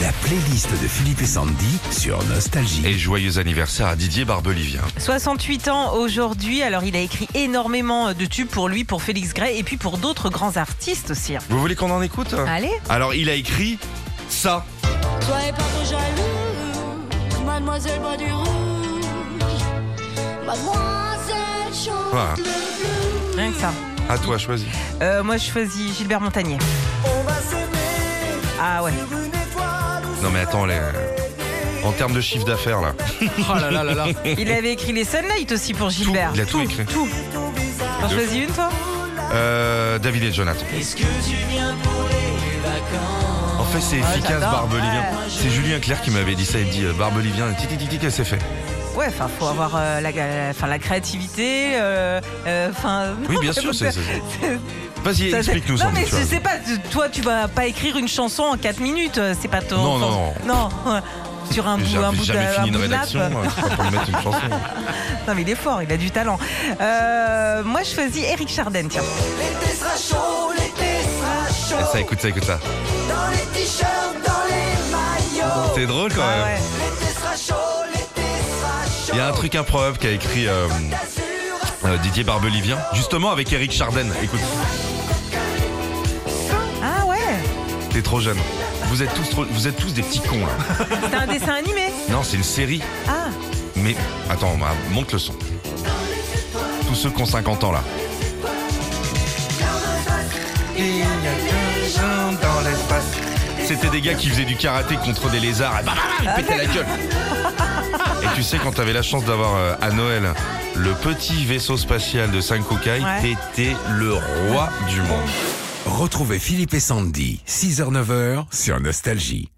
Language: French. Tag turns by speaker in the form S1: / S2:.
S1: La playlist de Philippe et Sandy sur Nostalgie.
S2: Et joyeux anniversaire à Didier Barbelivien.
S3: 68 ans aujourd'hui, alors il a écrit énormément de tubes pour lui, pour Félix Gray et puis pour d'autres grands artistes aussi. hein.
S2: Vous voulez qu'on en écoute
S3: Allez
S2: Alors, il a écrit ça.
S4: Soyez pas trop jaloux, mademoiselle boit du rouge, mademoiselle chante
S2: Voilà.
S4: le blues.
S3: Rien que ça.
S2: À toi, choisis.
S3: Euh, moi je choisis Gilbert Montagnier. Ah ouais.
S2: Non, mais attends, les... en termes de chiffre d'affaires, oh là.
S3: Il avait écrit les Sunlight aussi pour Gilbert.
S2: il a tout écrit.
S3: Tout. T'en
S2: De
S3: choisis une toi
S2: Euh, David et Jonathan. En fait, c'est efficace,
S3: j'adore.
S2: Barbelivien.
S3: Ouais.
S2: C'est Julien Clerc qui m'avait dit ça. Il me dit euh, Barbelivien, tic, tic, tic, tic, et c'est fait.
S3: Ouais, enfin faut avoir euh, la, la- enfin, la créativité, euh, euh, enfin...
S2: Oui, bien sûr. c'est- c'est- Vas-y,
S3: Ça, c'est-
S2: explique-nous,
S3: Non,
S2: Sandy,
S3: mais
S2: tu
S3: je
S2: vois.
S3: sais pas, tu- toi, tu vas pas écrire une chanson en 4 minutes, euh, c'est pas ton.
S2: Non, non,
S3: non. Non, sur un bout, un
S2: J'avais
S3: bout de
S2: jamais
S3: un
S2: fini une
S3: bout de nappe.
S2: rédaction euh, pour lui mettre une chanson.
S3: Non, mais il est fort, il a du talent. Euh, moi, je choisis Eric Chardin, tiens.
S5: L'été sera chaud, l'été sera chaud.
S2: Eh, Ça écoute, ça écoute ça.
S5: Dans les t-shirts, dans les maillots.
S2: C'est drôle quand
S3: Ah
S2: même.
S3: ouais.
S5: L'été sera chaud, l'été sera chaud.
S2: Il y a un truc improbable qu'a écrit euh, euh, Didier Barbelivien, justement avec Eric Chardin. Écoute,
S3: Ah ouais
S2: t'es trop jeune. Vous êtes tous, trop- vous êtes tous des petits cons là.
S3: C'est un dessin animé.
S2: Non, c'est une série.
S3: Ah,
S2: Mais attends, bah, monte le son. Tous ceux qui ont 50 ans là. C'était des gars qui faisaient du karaté contre des lézards. Et bah, bah, bah, ils pétaient la gueule. Et tu sais, quand t'avais la chance d'avoir euh, à Noël le petit vaisseau spatial de Sankokai,
S3: Ouais.
S2: t'étais le roi du monde.
S1: Retrouvez Philippe et Sandy, 6h-9h sur Nostalgie.